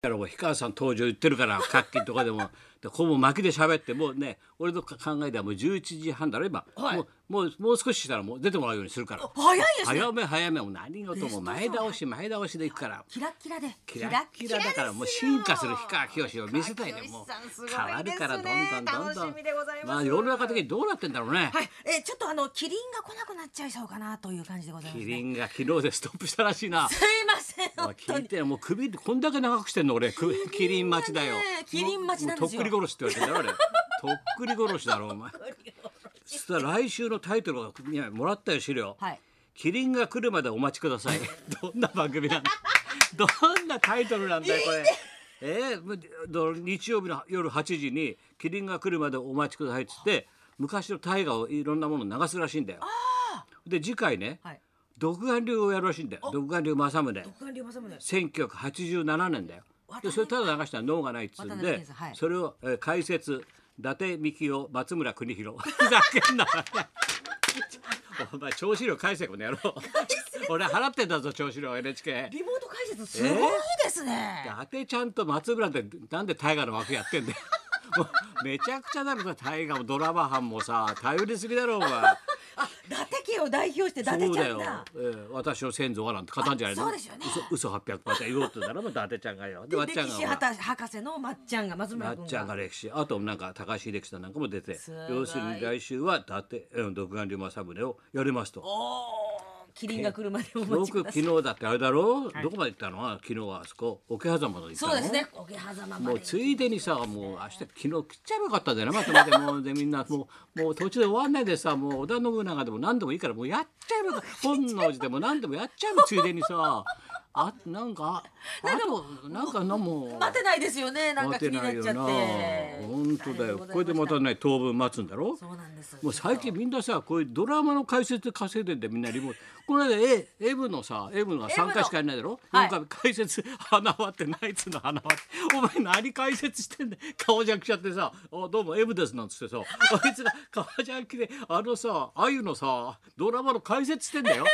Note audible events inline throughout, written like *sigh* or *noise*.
からもう氷川さん登場言ってるから *laughs* 各金とかでもでほぼ巻きで喋ってもうね俺の考えではもう11時半だろ今、はいもうもうもう少ししたらもう出てもらうようにするから早いですね早め早めもう何事ベスもト前倒し前倒しでいくからキラッキラでキラッキラだからもう進化する氷川きよしを見せたいねもう変わるからどんどんどんどん楽しみでございますまあ世の中的にどうなってんだろうね、はい、えーちょっとあのキリンが来なくなっちゃいそうかなという感じでございます、ね。キリンが昨日でストップしたらしいなすいません。おい本当聞いに。てよもう首こんだけ長くしてんの俺首キリン待ちだよねキリン待ちなんですよもうとっくり殺しって言われてんだよ俺とっくり殺しだろお前そしたら来週のタイトルがいやもらったよ資料、はい。キリンが来るまでお待ちください *laughs* どんな番組 *laughs* なんだどんなタイトルなんだよこれえー、むど日曜日の夜8時に「キリンが来るまでお待ちください」っつって昔の大河をいろんなもの流すらしいんだよ。で次回ね、はい。独眼竜をやるらしいんだよ独眼竜政宗。僕が龍馬侍。 1987年だよ渡。で辺それただ流したら脳がないっつうん渡辺で謙さんはいそれを、えー解説伊達幹夫松村邦弘 *laughs* ふざけんなお前調子料返せこの野郎俺払ってんだぞ調子料 NHK リモート解説すごいですね。伊達ちゃんと松村ってなんで大河の枠やってんだよ *laughs* もうめちゃくちゃだろさ大河もドラマ班もさ頼りすぎだろお前あ、伊達家を代表して伊達そうちだゃんよだ。、えー私の先祖はなんて語んじゃないのあそうですよね嘘嘘800パー言おうとだろもう伊達ちゃんがよでわっでちゃん歴が史ほら博士博士のまっちゃんが松な村っ君ちゃんがが。歴史あとなんか高橋秀樹さんなんかも出てすごい要するに来週は伊達うん独眼竜政宗をやりますと。おーキリンが来るまでお待よちくください。昨日だってあれだろ、どこまで行ったの昨日はあそこ桶狭間まで行ったのそうですね。桶狭間まもうで。ついでにさもう明日昨日来ちゃえばよかったんだよなまとめてもうでみんなもうもう途中で終わんないでさもう織田信長でも何でもいいからもうやっちゃえばよかった本能寺でも何でもやっちゃえばついでにさあなんかあとなんかなもう待てないですよね。なんか待気てにななっいちよゃって。な本当だよありがとうございしたこれでまたね当分待つんだろそうなんです。もう最近みんなさこういうドラマの解説で稼いでんだよみんなリモートこの間エエブのさエブのが3回しかいないだろはい4回目解説花輪ってナイツの花輪ってお前何解説してんだよ顔じゃくしちゃってさ「あどうもエブです」なんつってさあいつが顔じゃくであのさあゆのさドラマの解説してんだよ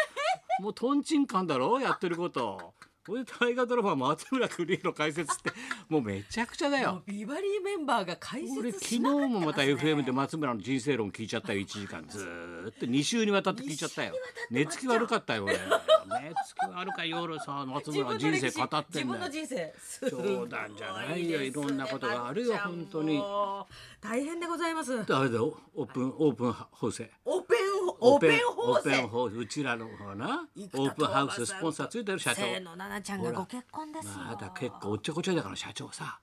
もうとんちんかんだろやってること。これで大河ドラマ松村邦弘解説ってもうめちゃくちゃだよ。ビバリーメンバーが解俺説昨し日なかったもまた FM で松村の人生論聞いちゃったよ1時間ずーっと2週にわたって聞いちゃったよ寝つき悪かったよ俺寝つき悪か夜さ松村の人生語って自んだよ分の人生冗談じゃないよいろんなことがあるよ本当に大変でございますあれだよオープンオープンホースオペンオペンホーオープセンホースうちらのほらな生田オープンハウス斗真スさんポンサーついてる社長清野奈々ちゃんがご結婚ですよまだ結構おっちょこちょいだから社長さ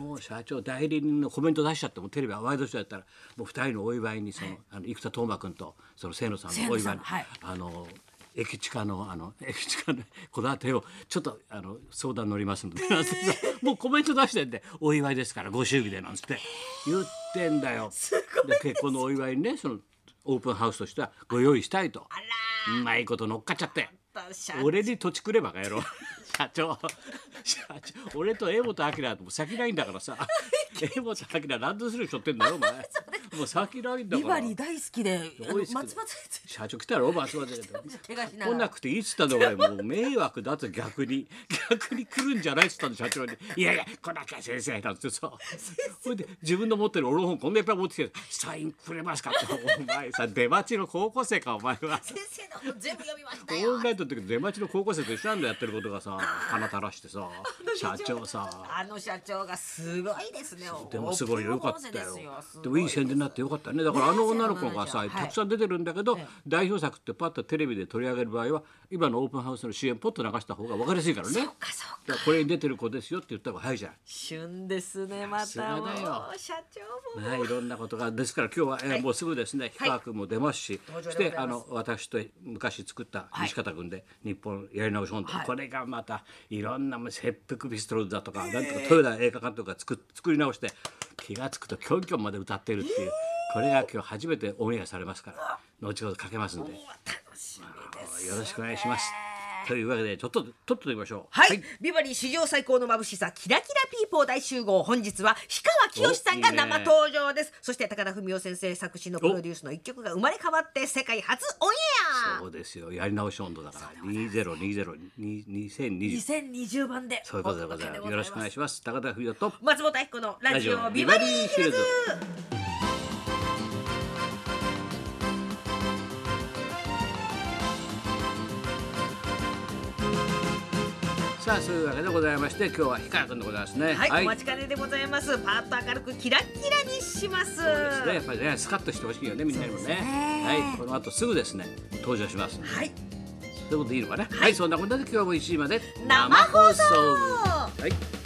もう社長代理人のコメント出しちゃってもうテレビワイドショーやったらもう二人のお祝いにその,、あの生田斗真君とその清野さんのお清野祝さいんに、のはいあの駅近のあの *laughs* 駅近のこだてをちょっとあの相談乗りますんで、なんてさ *laughs* もうコメント出してんでお祝いですからご祝儀でなんつって言ってんだよ。で結婚のお祝いにねそのオープンハウスとしてはご用意したいとうまいこと乗っかっちゃって。社俺に土地くればかやろ社長社長俺と江本明はもう先ないんだからさ江本明ランドセルしょってんだろお前もう先ないんだビかバらリー大好きであのどういう好き松だ松先社長来たろ松松で生怪我し来ながならくていいっつったんだ俺もう迷惑だって逆に逆に来るんじゃないっつったんだ社長に「いやいや来なきゃ先生」なんてさそれで自分の持ってるオロ本こんないっぱい持ってきて「サインくれますか?」ってお前さ出待ちの高校生かお前は。先生の本全部読みましたオよンラインの時出待ちの高校生と一緒なんだよやってることがさ鼻垂らしてさ社長さあの社長がすごいですねでもすごいよよかったよでもいい宣伝になってよかったねだからあねの女の子がはさいたくさん出てるんだけど代表作ってパッとテレビで取り上げる場合は今のオープンハウスの CM ポッと流した方が分かりやすいからねそうかそうかだからこれに出てる子ですよって言った方が早いじゃん旬ですねますがたもだよう社長もはい、いろんなことがですから今日は、えーもうすぐですね氷川君も出ますし、登そ場しでございますてあの私と昔作った西方君で日本やり直し本で、はいこれがまたいろんなもう切腹ビストロだとか、なんとか豊田映画監督が作っ作り直して気が付くとキョンキョンまで歌ってるっていう、これが今日初めてオンエアされますから後ほどかけますんでよ楽しみですろしくお願いします。ねというわけでちょっと撮ってみましょうはい、ビバリー史上最高の眩しさキラキラピーポー大集合本日は氷川きよしさんが生登場ですそして高田文夫先生作詞のプロデュースの一曲が生まれ変わって世界初オンエそうですよやり直し温度だから2020にア2020 2020番でそういうことでございますよろしくお願いしします高田冬夫とます松本彦のラジオビバリーヒルズさあそういうわけでございまして今日は氷川君でございますねはい、お待ちかねでございますパーッと明るくキラキラにしまですすねやっぱりねスカッとしてほしいよねみんなにもねはいこの後すぐですね登場しますんではいそういうことでいいのかなはい、そんなことで今日も1時まで生放送はい